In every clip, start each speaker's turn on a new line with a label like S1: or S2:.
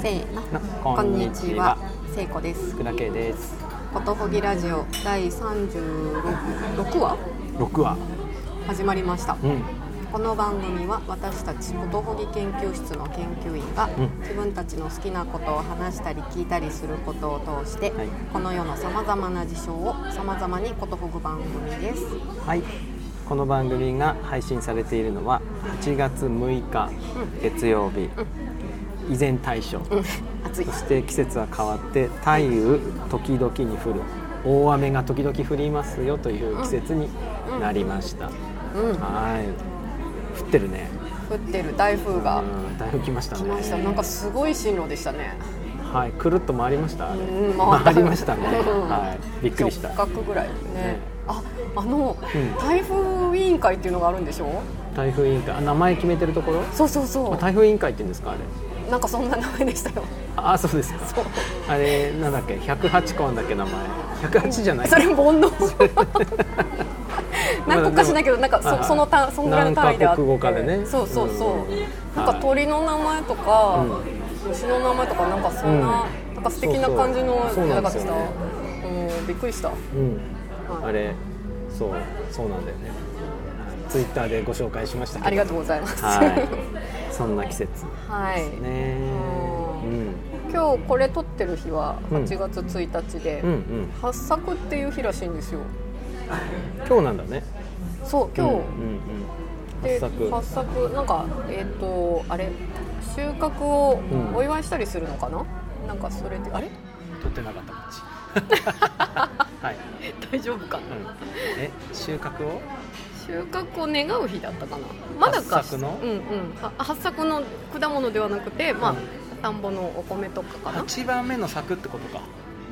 S1: せーの
S2: の
S1: こんにちは聖子です
S2: 福田圭です
S1: ことほぎラジオ第36話
S2: 6話
S1: 始まりました
S2: うん
S1: この番組は私たちことほぎ研究室の研究員が
S2: うん
S1: 自分たちの好きなことを話したり聞いたりすることを通して
S2: はい
S1: この世のさまざまな事象をさまざまにことほぐ番組です
S2: はいこの番組が配信されているのは8月6日月曜日、依然大
S1: う
S2: 暑、
S1: ん暑い
S2: そして季節は変わって大雨時々に降る大雨が時々降りますよという季節になりました、
S1: うん
S2: はい降ってるね
S1: 降ってる台風が
S2: うんだいぶ来ましたね
S1: 来ましたなんかすごい進路でしたね
S2: はいくるっと回りました、
S1: うん
S2: 回りましたね、
S1: うん
S2: はいびっくりした
S1: 直角ぐらいね
S2: ね
S1: ああの、
S2: うん
S1: 台風委員会っていうのがあるんでしょ
S2: 台風委員会あ名前決めてるところ
S1: そうそうそ
S2: あ台風委員会って言うんですかあれ
S1: うなんかそんな名前でしたよ
S2: あそうですか
S1: そう
S2: あれなんだっけ108個あんだっけ名前108じゃない
S1: それ煩 悩何個かしないけどなんか
S2: はいは
S1: そ
S2: い
S1: その単そんぐらいの単位であって
S2: 何か国語かでね
S1: そうそうそう、
S2: うん
S1: なんか鳥の名前とか、
S2: う
S1: 虫の名前とかなんかそんな、なんか素敵な感じの
S2: そうそうそうなん
S1: な
S2: で
S1: か
S2: す
S1: し
S2: よ
S1: た
S2: ね
S1: うんびっくりした
S2: うん
S1: はい
S2: あれそうそうなんだよねツイッターでご紹介しましたけど
S1: ありがとうございます
S2: はいそんな季節
S1: はい、
S2: ね
S1: う
S2: うん
S1: 今日これ撮ってる日は
S2: うん
S1: 8月1日で、
S2: うんうん
S1: 発作っていう日らしいんですよ
S2: 今日なんだね
S1: そう今
S2: うんうん
S1: 日、
S2: うん
S1: で
S2: 発作
S1: 発作なんかえっ、とあれ収穫を
S2: うん
S1: お祝いしたりするのかな、なんかそれであれ
S2: 取ってなかったこ っちはい、
S1: 大丈夫か
S2: うん、え収穫を
S1: 収穫を願う日だったかなまだか
S2: 発作の
S1: うんうんは発作の果物ではなくてまあ、
S2: うん
S1: 田んぼのお米とかかな
S2: 8番目の作ってことか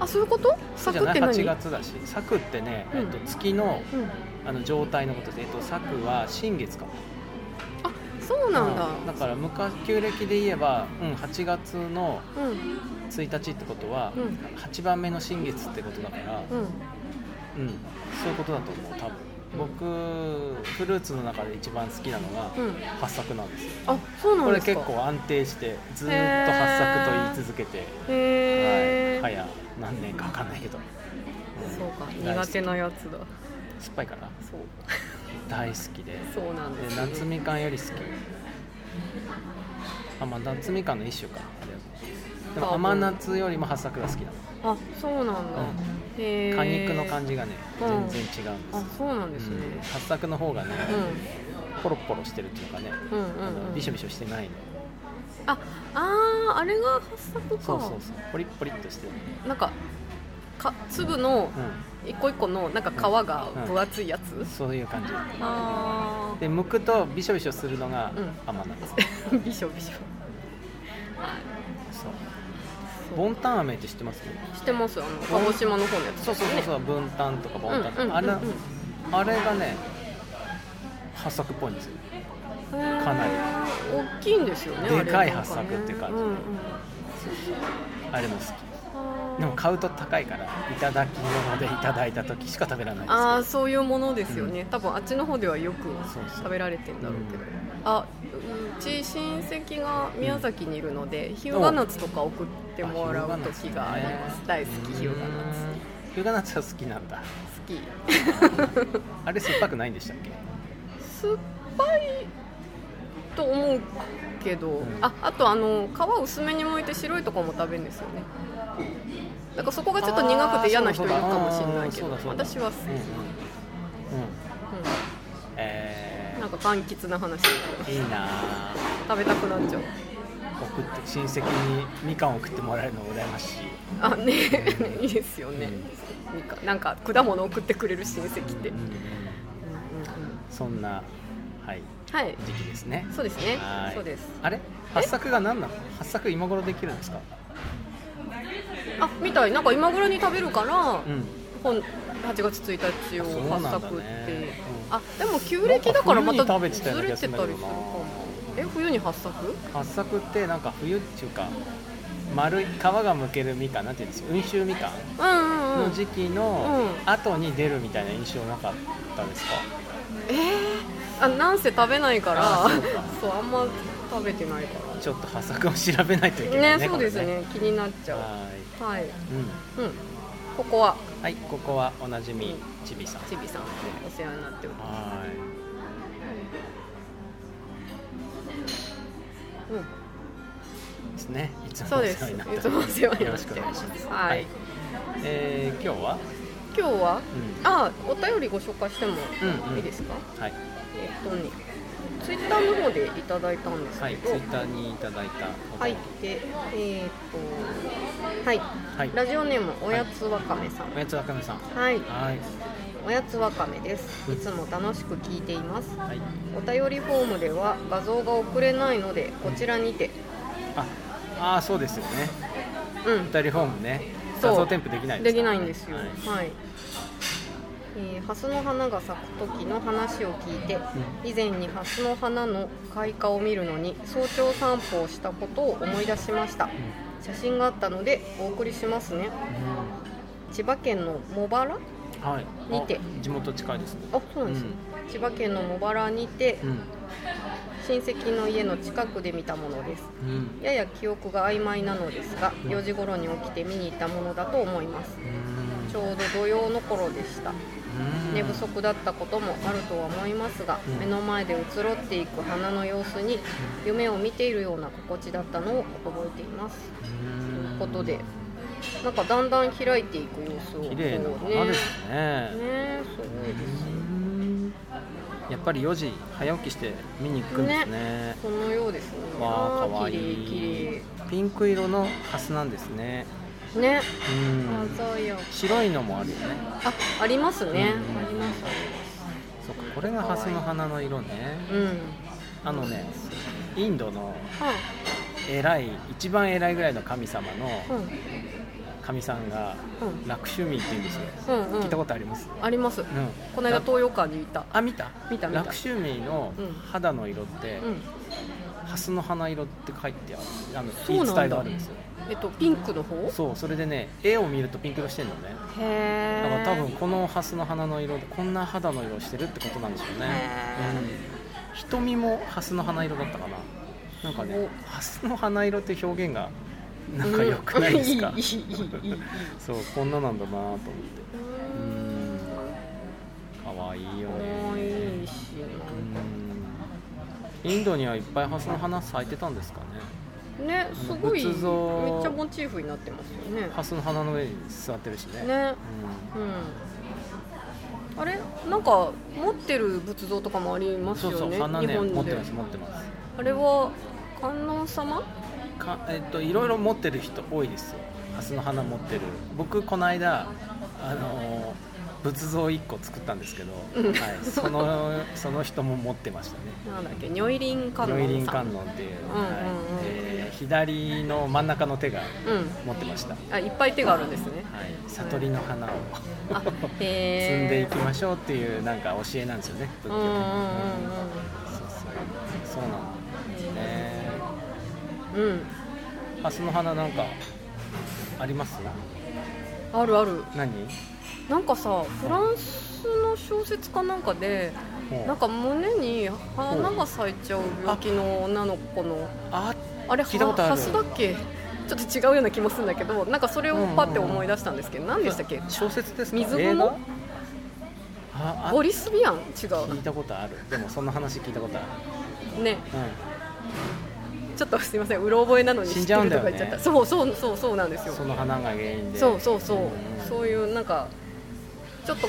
S1: あそういうこと
S2: そう
S1: 作
S2: じゃ
S1: っ
S2: な
S1: て
S2: い
S1: 何
S2: 8月だし作ってね、
S1: うん
S2: えっと、月の
S1: うん、
S2: あの状態のことです、えっと、作は新月か
S1: そうなんだ、
S2: うんだから昔旧暦で言えば、うん、8月の
S1: うん
S2: 1日ってことは、
S1: うん
S2: 8番目の新月ってことだから、
S1: うん
S2: うんそういうことだと思う多分僕フルーツの中で一番好きなのが
S1: うん
S2: 発作なんですよ
S1: あそうな
S2: こ
S1: んで
S2: れ
S1: す
S2: 結
S1: か
S2: 構安定してずーっと発作と言い続けて、
S1: へえ、
S2: はい、早何年か分かんないけど、うん
S1: そうか
S2: 大好
S1: 苦
S2: き
S1: 手なやつだ
S2: 酸っぱいかな
S1: そう
S2: 大好きで
S1: そうなんで
S2: です
S1: よね
S2: 夏みかんより好きあまあ夏みかんの一種かあれはでも
S1: あ
S2: 甘夏よりも発作が好きなの
S1: あそうなんだ、
S2: うん
S1: へえ
S2: 果肉の感じがね
S1: うん
S2: 全然違うんです
S1: あそうなんですね
S2: うん発作の方がねポロポロしてるっていうかね
S1: うん、うんう
S2: あ
S1: んう
S2: の
S1: ん
S2: ビショビショしてないの
S1: ああーあれが発作か
S2: そうそうそうポリッポリッとしてる
S1: なんかか粒の一個一個のなんか皮が分厚いやつ、
S2: うんそういう感じ
S1: あ
S2: で剥くとビショビショするのが
S1: うん
S2: 甘 夏
S1: あ びしょびしょ
S2: そう
S1: そう
S2: ボンタン飴って知ってます
S1: 知ってますあの鹿児島の方のやつ
S2: そうそうそうそう分担とかボンタンとかあれ
S1: うんうんうん
S2: あれがね発作っぽいんですよ
S1: うん、
S2: かなり
S1: へー大きいんですよねあれ
S2: でかい発作って感じ
S1: なんかね
S2: あれも好き
S1: うんうん
S2: でも買うと高いからいただき物でいただいた時しか食べられないんです
S1: ああそういうものですよね、多分あっちの方ではよく
S2: そうそう
S1: 食べられてんだろうけどあうち親戚が宮崎にいるので日向夏とか送ってもらう時があります、大好き日向夏
S2: 日向夏は好きなんだ
S1: 好
S2: あれ酸っぱくないんでしたっけ
S1: き酸っぱいと思うけど、
S2: ん
S1: ああとあの皮薄めに剥いて白いとかも食べるんですよねだからそこがちょっと苦くて嫌な人いるかもしれないけど
S2: あーそうだ
S1: 私
S2: そうだ
S1: は好き、
S2: うんうんうん
S1: う
S2: え
S1: ん、
S2: ー
S1: なんか柑橘な話
S2: いいなあ
S1: 食べたくなっちゃう
S2: 送って親戚にみかん送ってもらえるの羨ましい
S1: あね いいですよね、みかんなんか果物送ってくれる親戚って、
S2: う
S1: うんんう
S2: う
S1: んん
S2: うん
S1: うん、
S2: そんなはい
S1: はい
S2: 時期ですね
S1: そうですね
S2: はい
S1: そうです
S2: あれ発作が何なの発作今頃できるんですか
S1: あみたいなんか今頃に食べるから、
S2: うん
S1: 本8月1日を
S2: そうなん
S1: 発
S2: だね
S1: 作って、
S2: うん
S1: あでも旧暦だからまた
S2: なんか冬に食べてたよ
S1: ず
S2: うな気
S1: れ
S2: がす
S1: て
S2: るん
S1: た
S2: だ
S1: りする
S2: けどな
S1: かもえ冬に発作
S2: 発作ってなんか冬っていうか丸い皮がむけるみかんなんていうんですか温州みかん
S1: うんうんうん
S2: の時期の
S1: う
S2: 後に出るみたいな印象なかったですか、
S1: えー、あなんせ食べないから
S2: あそうか
S1: そうあんま食べてないから
S2: ちょっと破作を調べないといけな
S1: ね
S2: いね
S1: そうですね
S2: こ
S1: 気になっち
S2: れね
S1: ゃ
S2: は
S1: うはい、
S2: い、うん
S1: うん、ここは
S2: はい、ここはおなじみちびさん。
S1: ちびさんお世話になっておりま
S2: は
S1: す、うん
S2: い。ですね。いつも
S1: そうです
S2: お世話になって
S1: いつもお世話になって
S2: よろしくお願いします。
S1: はい
S2: えー今日は、
S1: 今日は
S2: うん
S1: あお便りご紹介しても
S2: うんうん
S1: いいですか、
S2: はい、
S1: えっとねツイッターの方でいただいたんです
S2: は
S1: け
S2: い、
S1: ど
S2: ツイッターにいただいたお
S1: はい
S2: 便り。
S1: でえっとはい
S2: はい。
S1: ラジオネームおやつわかめさん
S2: おやつわかめさん。
S1: はい
S2: はい。
S1: おやつわかめですいつも楽しく聞いています
S2: はい。
S1: お便りフォームでは画像が送れないのでこちらにて
S2: あ、あーそうですよね。
S1: うん
S2: 二人ホームね。
S1: そう
S2: 画像添付できない
S1: で
S2: か
S1: き
S2: ら
S1: な
S2: ね
S1: いんですよ
S2: は
S1: はいい、えー、ハスの花が咲く時の話を聞いて以前にハスの花の開花を見るのに早朝散歩をしたことを思い出しました写真があったのでお送りしますね千葉県の茂原
S2: うんはい。
S1: 見て
S2: あ地元近いですね。
S1: あそうなんですよ、千葉県の茂原にて
S2: うん。
S1: 親戚の家の近くで見たものです
S2: うん。
S1: やや記憶が曖昧なのですが
S2: うん
S1: 4時頃に起きて見に行ったものだと思いますちょうど土曜の頃でした
S2: うん
S1: 寝不足だったこともあるとは思いますが
S2: うん
S1: 目の前で移ろっていく花の様子に夢を見ているような心地だったのを覚えています
S2: うん
S1: ということでなんかだんだん開いていく様子を
S2: 綺麗な
S1: こう
S2: 花です
S1: ね
S2: ね
S1: ねすごいですよ
S2: やっぱり4時早起きして見に行くんですね
S1: このようですね
S2: わあかわい
S1: 綺麗綺
S2: いピンク色のハスなんですね
S1: 麗ね
S2: うん
S1: 鮮やか
S2: 白いのもあるよね
S1: あありますね
S2: うん
S1: ありますあ
S2: そっかこれがハスの花の色ね
S1: りますうん
S2: あのねインドの
S1: あ
S2: 偉い一番偉いぐらいの神様
S1: う
S2: の
S1: ん
S2: 神さんが
S1: うん
S2: ラクシュミーって言うんですよ
S1: うんうん
S2: 聞いたことあります、
S1: あります
S2: うん、
S1: この間東洋館にいた
S2: あ見た
S1: 見た見た
S2: ラクシュミーの肌の色って、
S1: うん
S2: ハスの花色って書いてあるあの
S1: そう
S2: 言
S1: ないんだ
S2: 伝えがあるんですよ
S1: えっとピンクの方へ
S2: そうそれでね絵を見るとピンク色してるのねだから
S1: え
S2: 多分このハスの花の色でこんな肌の色をしてるってことなんでしょうね、うん、瞳もハスの花色だったかななんかねハスの花色って表現がなんか良く ないですか、
S1: いいいいいいいい
S2: そうこんななんだなと思って
S1: うん
S2: 可愛いよ
S1: 可
S2: ね
S1: 愛いし
S2: うんインドにはいっぱいハスの花咲いてたんですかね
S1: なんかねすごいめっ
S2: 仏像
S1: ちゃモチーフになってますよね
S2: ハスの花の上に座ってるし
S1: ね
S2: ねう
S1: うんあれなんか持ってる仏像とかもあり
S2: ん、
S1: ます
S2: そ
S1: よね
S2: うそう花ね
S1: 日本で
S2: 持ってます持ってます
S1: あれは観音様
S2: かえっといろいろ持ってる人多いですよハスの花持ってる僕この間あのー仏像1個作ったんですけど、
S1: うん
S2: はい、そのその人も持ってましたね
S1: なんだっけ如意輪観音さん
S2: 如意輪観音っていう、
S1: んうんう
S2: はい
S1: ん
S2: えー左の真ん中の手が
S1: うん
S2: 持ってました、はい、
S1: あいっぱい手があるんですね
S2: 悟りの花を
S1: あ
S2: 摘
S1: へえ
S2: んでいきましょうっていうなんか教えなんですよね仏
S1: うんうん
S2: 教
S1: うん
S2: そうそうそうなんですね
S1: うんうん
S2: ハスの花なんかあります
S1: あるある
S2: 何
S1: なんかさフランスの小説かなんかで
S2: もう
S1: なんか胸に花が咲いちゃう病気の女の子の
S2: あ
S1: あれ
S2: 聞いたことある
S1: ハスだっけちょっと違うような気もするんだけどなんかそれをパッて思い出したんですけど何でしたっけ
S2: 小説ですか
S1: 水雲
S2: 映画あ
S1: ボリス・ビアン違
S2: あ聞いたことあるでもそんな話聞いたことあ
S1: うね
S2: る、
S1: ちょっとすいませんうろ覚えなのに
S2: 死
S1: 知
S2: ん
S1: っ
S2: じ
S1: て
S2: ゃうん
S1: る
S2: だ
S1: と
S2: よ
S1: か
S2: ね
S1: 言っちゃったそうそうそうそうなんです
S2: うん、
S1: よ
S2: その花が原因で
S1: そうそうそう、そう
S2: う
S1: いうなんかちょっと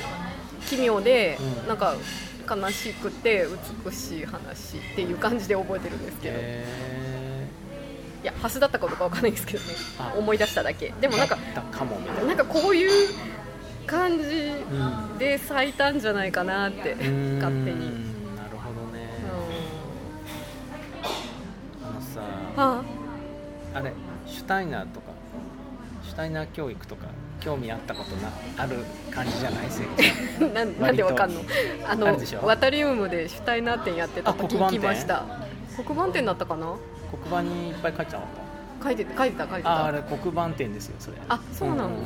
S1: 奇妙で、
S2: うん
S1: なんか悲しくて美しい話っていう感じで覚えてるんですけど、
S2: え
S1: いやハスだったかどうかわかんないですけどね
S2: あ
S1: 思い出しただけでもなんか
S2: だったかもみたい
S1: なんかこういう感じ
S2: な
S1: で咲いたんじゃないかなって
S2: うん
S1: 勝手に、う
S2: う
S1: ん、
S2: んなるほどね、あのさ
S1: あ
S2: あれシュタイナーとかシュタイナー教育とか興味あったことなある感じ じゃない生徒さん
S1: なんなんでわかんのあの
S2: あるでしょ
S1: ワタリウムでシュタイナー展やってた時
S2: あ黒板
S1: 行き
S2: 展
S1: ました黒板展だったかな
S2: 黒板にいっぱい書いてなかった
S1: 書いてた書いてた書いて
S2: あ
S1: た
S2: あれ黒板店ですよそれ
S1: あそうなの
S2: んうんう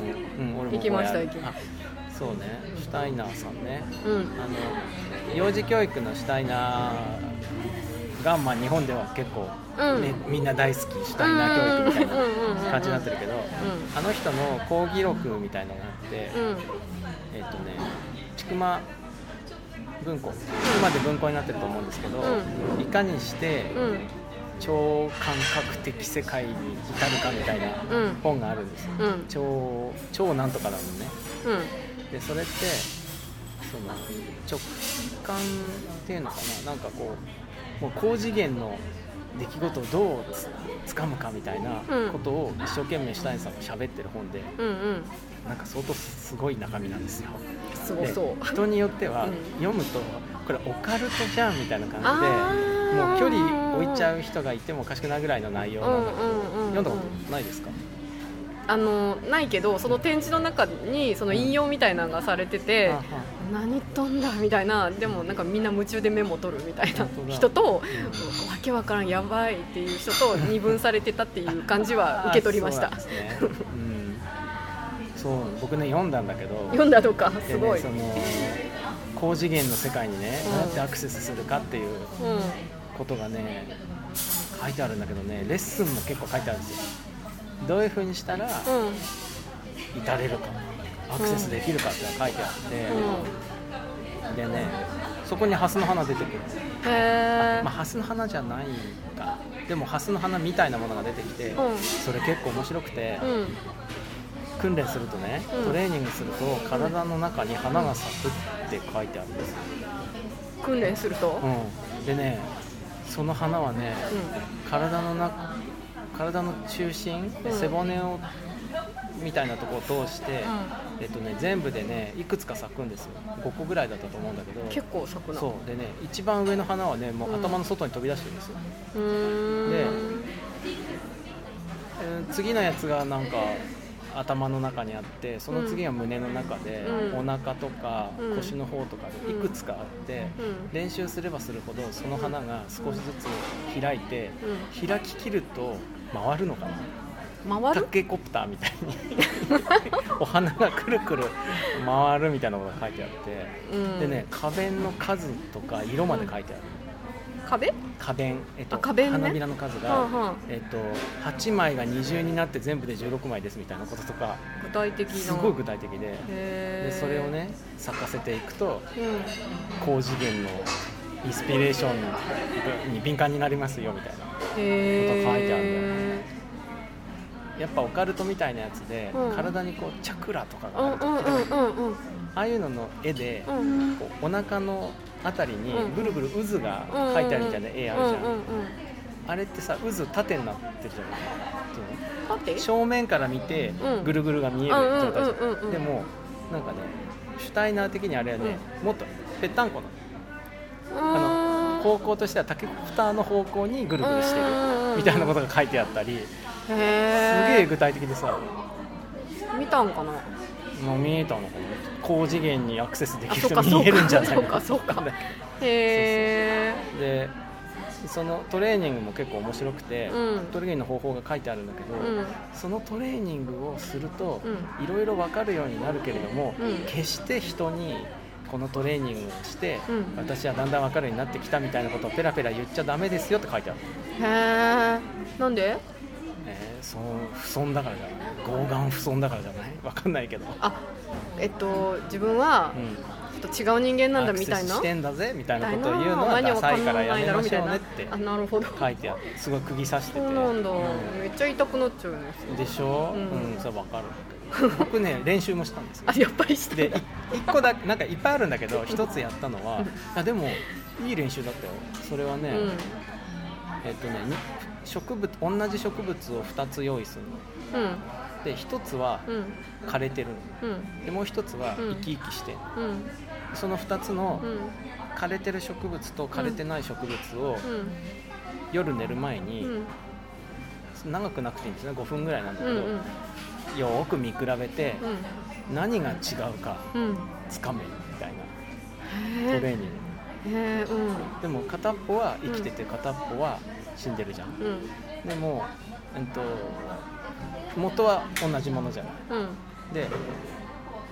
S2: ん俺も
S1: 行きました
S2: これ
S1: 行きまし
S2: あそうねシュタイナーさんね
S1: うん
S2: あの幼児教育のシュタイナーが、まあ、日本では結構、
S1: うん
S2: ねみんな大好き主体な教育みたいな感じになってるけど、あの人の講義録みたいのがあって、
S1: うんうん
S2: えっ、とね千曲文庫今で文庫になってると思うんですけど、
S1: う
S2: いかにして
S1: うん
S2: 超感覚的世界に至るかみたいな
S1: うん
S2: 本があるんですよ、
S1: うんうん
S2: 超超なんとかだもんね
S1: うん
S2: でそれってその直感っていうのかななんかこうもう高次元の出来事をどうつつかむかみたいな
S1: うん
S2: ことを一生懸命シュタインさんも喋ってる本で
S1: うんうん
S2: なんか相当すごい中身なんですよ。
S1: すごそう
S2: で人によっては
S1: うん
S2: 読むとこれオカルトじゃんみたいな感じで
S1: あー
S2: もう距離置いちゃう人がいてもおかしくないぐらいの内容なんだけど、
S1: うんうんうんうん
S2: 読んだことないですか
S1: あのないけどその展示の中にその引用みたいなのがされてて、
S2: あ
S1: 何とんだみたいなでもなんかみんな夢中でメモ取るみたいな
S2: 本当だ
S1: 人とわ
S2: う
S1: けわからんやばいっていう人 と二分されてたっていう感じは受け取りました
S2: あーそうなんですね、うん、そう僕ね読んだんだけど
S1: 読んだとか
S2: です
S1: ごい、
S2: ね、その高次元の世界にね
S1: うん
S2: どうやってアクセスするかっていう
S1: うん
S2: ことがね書いてあるんだけどねレッスンも結構書いてあるんですよどういうふうにしたら
S1: うん
S2: 至れるかアクセスできるかっていうのが書いてあって、でねそこにハスの花出てくる、
S1: うんへえ、
S2: まあ、ハスの花じゃないかでもハスの花みたいなものが出てきて、
S1: うん
S2: それ結構面白くて、
S1: うんうん
S2: 訓練するとね、
S1: うん
S2: トレーニングすると体の中に花が咲くって書いてあるんですよ、
S1: 訓練すると、
S2: うん、でねその花はね体の中体の中心、
S1: うん
S2: 背骨をみたいなところを通して、えっとね、全部でねいくつか咲くんですよ5個ぐらいだったと思うんだけど
S1: うん、結構咲くな
S2: そうでね一番上の花はねもう
S1: うん
S2: 頭の外に飛び出してるんですよ、
S1: うーん
S2: でえー次のやつがなんか頭の中にあってその次が胸の中で、
S1: うん
S2: お腹とか
S1: うん
S2: 腰の方とかでいくつかあって、
S1: うん
S2: 練習すればするほどその花が少しずつ開いて、開ききると回るのかな
S1: うん、回
S2: タ
S1: る
S2: ケコプターみたいに お花がくるくる回るみたいなことが書いてあって、
S1: うん
S2: でね花弁の数とか色まで書いてある
S1: 壁
S2: 花弁、えっと
S1: あ花弁ね
S2: 花びらの数が、
S1: はあはあ
S2: えっと、8枚が二重になって全部で16枚ですみたいなこととか
S1: 具体的な
S2: すごい具体的で
S1: へ
S2: で
S1: ー
S2: それをね咲かせていく
S1: う
S2: と高次元のインスピレーションに敏感になりますよみたいなん
S1: へ
S2: ことが書いてある
S1: え
S2: やっぱオカルトみたいなやつで、
S1: うん
S2: 体にこうチャクラとか
S1: う
S2: が
S1: ん
S2: ある
S1: う
S2: と
S1: んうんうんうん
S2: ああいうのの絵で、
S1: うん
S2: こうお腹のあたりに
S1: うん
S2: ぐるぐる渦が描いてあるみたいな絵あるじゃん、
S1: うんうんうん
S2: あれってさ渦縦になってるじゃないっ
S1: 待
S2: ていう
S1: っ
S2: の
S1: て
S2: 正面から見て
S1: うん
S2: ぐるぐるが見える状態じゃ
S1: う
S2: ん,、
S1: んうんうんうんうん
S2: でもなんかねシュタイナー的にあれはね、もっとぺったんこの
S1: あ
S2: 方向としては竹蓋の方向にぐるぐるしてるみたいなことが書いてあったり、
S1: とへ
S2: すげえ
S1: え
S2: 具体的でさ
S1: 見たんかな
S2: もう見えたのかな高次元にアクセスできる
S1: あそ
S2: と
S1: うかそうか
S2: 見えるんじゃない
S1: そうかそうか
S2: わんない
S1: へえ
S2: でそのトレーニングも結構面白くて、
S1: うん
S2: トレーニングの方法が書いてあるんだけど、
S1: うん
S2: そのトレーニングをすると
S1: う
S2: いろいろ分かるようになるけれども、
S1: うん
S2: 決して人にこのトレーニングをして、
S1: うん
S2: 私はだんだん分かるようになってきたみたいなことをペラペラ言っちゃダメですよって書いてある、
S1: へえなんで
S2: えーそう不損だからじゃない傲眼不損だからじゃない分かんないけど、
S1: あえっと自分は
S2: うん
S1: ちょっと違う人間なんだ
S2: アク
S1: み
S2: セ
S1: たい
S2: ス
S1: な
S2: してんだぜみたい
S1: み
S2: な
S1: た
S2: こ
S1: い
S2: と
S1: な
S2: を言うのはダサいからやめましょ
S1: お前
S2: うねっ
S1: に
S2: て
S1: はわかんないだろみたいなあなるほど
S2: 書いてあるすごい釘刺してて
S1: そうなんだ
S2: うん
S1: めっちゃ痛くなっちゃうんですよ
S2: でしょ、う
S1: うん
S2: んそれわかる僕ね練習もしたんですよ
S1: あやっぱりした
S2: で
S1: んだ
S2: い一個だなんかいっぱいあるんだけど一つやったのはあでもいい練習だったよそれはね、えっとねに植物同じ植物を2つ用意するの
S1: うんうん
S2: で1つは
S1: うん
S2: 枯れてる
S1: うん
S2: のでもう1つは
S1: うん
S2: 生き生きしてる
S1: うん
S2: その2つの
S1: うん
S2: 枯れてる植物と枯れてない植物を夜寝る前
S1: うんう
S2: に
S1: ん
S2: 長くなくていいんですね5分ぐらいなんだけ
S1: う
S2: ど、
S1: んうん
S2: よーく見比べて何が違うか
S1: うんうん
S2: つかめるみたいなトレ
S1: へ
S2: ーニング
S1: えへえうん
S2: でも片っぽは生きてて片っぽは死んでるじゃん
S1: うん
S2: でも、えっと、元は同じものじゃない
S1: うん
S2: で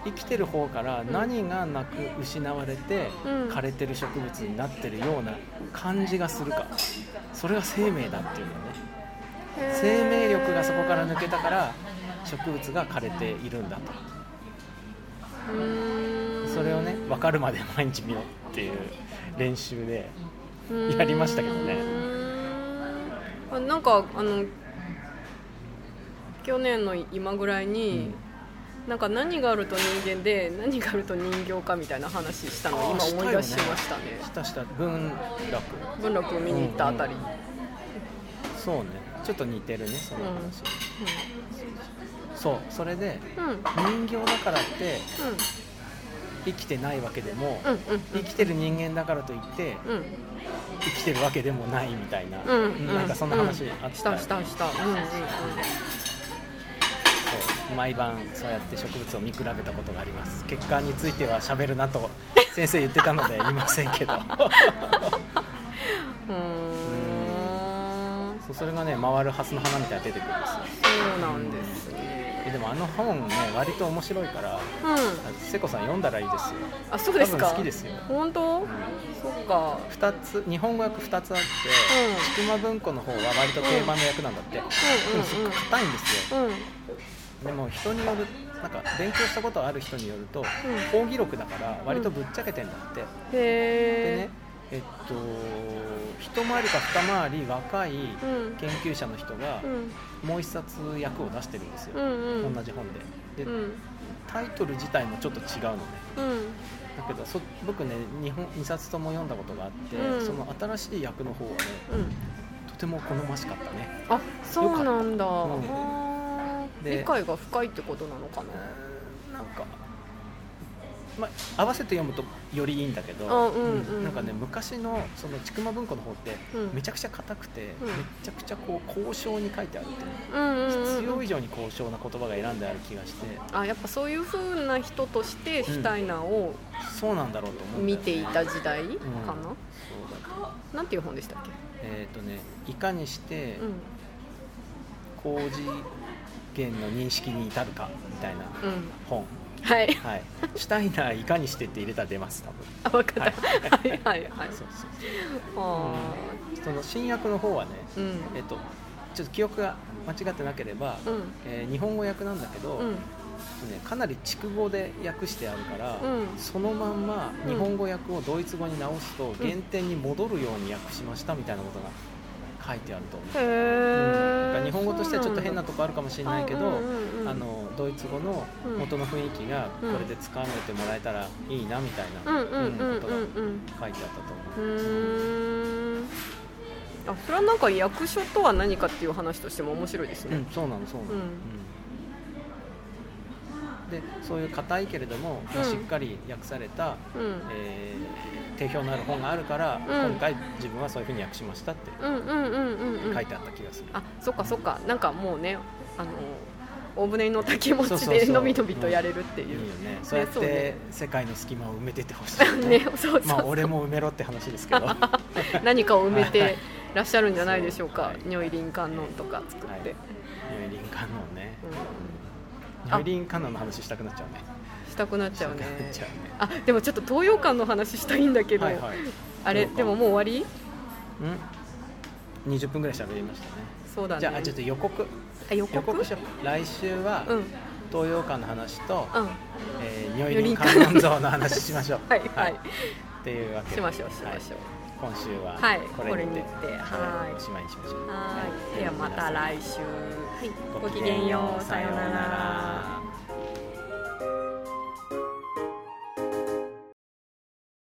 S2: 生きてる方から何がなく失われて
S1: うん
S2: 枯れてる植物になってるような感じがするかそれが生命だっていうのね生命力がそこから抜けたから植物が枯れているんだと
S1: うーん
S2: それをね分かるまで毎日見ようっていう練習でやりましたけどね
S1: うーんあなんかあの去年の今ぐらいに、なんか何があると人間で何があると人形かみたいな話したのを今思い出しましたね
S2: したした文楽
S1: 文楽を見に行ったあたり、
S2: う
S1: うんん
S2: そうねちょっと似てるねその話、そうそれで
S1: うんうん
S2: 人形だからって生きてないわけでも、
S1: うんうん
S2: 生きてる人間だからといって
S1: うん
S2: 生きてるわけでもないみたいな、
S1: うんう
S2: なんかそんな話あった,、
S1: うんしたしたしたうんうんうん
S2: そう毎晩そうやって植物を見比べたことがあります結果については喋るな と先生言ってたので言いませんけど
S1: う ーん
S2: そうそれがね回るハスの花みたいに出てくるんですよ
S1: そうなんですね
S2: えでもあの本ね割と面白いか
S1: う
S2: ら
S1: ん
S2: 瀬子さん読んだらいいですよ
S1: あそうです
S2: 多
S1: か
S2: 分好きですよ
S1: 本当そっか
S2: 二つ日本語訳2つあっ
S1: う
S2: て筑馬、文庫の方は割と定番の役なんだって、でもすっごく硬いんですよ
S1: うんうんうんうん
S2: でも人によるなんか勉強したことある人によると、
S1: ん
S2: 講義録だから割とぶっちゃけてんだって、
S1: へ
S2: で
S1: え
S2: ねえっと一回りか二回り若い
S1: うん
S2: 研究者の人が
S1: うん
S2: もう一冊役を出してるんですよ、
S1: うんうん
S2: 同じ本でで、
S1: うん
S2: タイトル自体もちょっと違うのね
S1: うん
S2: だけどそ僕ね日本2冊とも読んだことがあって、
S1: うん
S2: その新しい役の方はね
S1: うん
S2: とても好ましかったね
S1: あそうなんだ、
S2: かった
S1: あ
S2: うん
S1: ー
S2: で
S1: 理解が深いってことなのかな
S2: なんか、まあ、合わせて読むとよりいいんだけど、
S1: あうんうん
S2: なんかね昔のその筑馬文庫の方って
S1: うん
S2: めちゃくちゃ硬くて、
S1: うん
S2: めちゃくちゃこう交渉に書いてあるって、
S1: うんうんうん
S2: 必要以上に高尚な言葉が選んである気がして
S1: あやっぱそういう風な人としてシュタイナーを
S2: そうなんだろうと思うんだよ
S1: 見
S2: ね
S1: ていた時代かな、
S2: そうだ
S1: なんていう本でしたっけ、
S2: えっ、とねいかにして
S1: うん
S2: 高次元の認識に至るかみたい
S1: う
S2: な
S1: ん、
S2: 本
S1: はい
S2: はいシュタイナーいかにしてって入れたら出ます多分
S1: あ分か
S2: は
S1: っ
S2: い
S1: た、はい、はいはい
S2: そうそう
S1: あ
S2: その新訳の方はね、
S1: ーうん
S2: えっと、ちょっと記憶が間違ってなければ、
S1: うん
S2: えー日本語訳なんだけど、
S1: うん
S2: ね、かなり筑語で訳してあるから、
S1: うん
S2: そのまんま日本語訳をドイツ語に直すと原点に戻るように訳しましたみたいなことが書いてあると思う、
S1: へえ、
S2: だから日本語としてはちょっと変なとこあるかもしれないけど、
S1: うんうんうん
S2: あのドイツ語の元の雰囲気がこれでつかめてもらえたらいいなみたい
S1: うん
S2: な、
S1: うんうんうん
S2: こと
S1: うん
S2: が書いてあったと思
S1: うーんあそれはなんか役所とは何かっていう話としても面白いです
S2: う、う
S1: ね
S2: ん、そうなのそうなの、
S1: うん
S2: うんでそういう硬いけれども、まあ
S1: うん
S2: しっかり訳された、
S1: うん、うん
S2: えー定評のある本があるから、
S1: うん
S2: 今回自分はそういうふうに訳しましたって
S1: うんうんうんうんうん
S2: 書いてあった気がする、
S1: あそっかそっかなんかもうねあの大船に乗った気持
S2: そう
S1: ち
S2: そう
S1: で
S2: そう
S1: のびのびとやれるってい
S2: いいよ
S1: う
S2: ねそうやっ
S1: そう
S2: て
S1: ね
S2: 世界の隙間を埋めてってほしい
S1: ねそうそう
S2: まあ
S1: そう
S2: 俺も埋めろって話ですけ ど
S1: 何かを埋めてらっしゃるんじゃないでしょう
S2: は
S1: か
S2: い
S1: 如意林観音とか作って、
S2: はい入輪観音ね
S1: うん
S2: 入輪観音の話したくなっちゃうね
S1: うん、したくなっちゃうね
S2: したくなっちゃうね
S1: あでもちょっと東洋館の話したいんだけど、
S2: はいはい
S1: あれ
S2: 東洋館
S1: でももう終わ
S2: うん20分ぐらい喋りましたね
S1: りそうだね
S2: じゃああちょっと予告
S1: あ予
S2: 予
S1: 告
S2: 告しよう来週は、
S1: うんうん
S2: 東洋館の話と、
S1: は
S2: えー、如意輪観音像の話しましょう
S1: い はい
S2: っていうわけで
S1: しましょうしましょう
S2: はい今週は
S1: はい
S2: これにて,、
S1: これにてはい
S2: おしまいにしましょう
S1: はいではまた来週
S2: い
S1: ごきげんようさようなら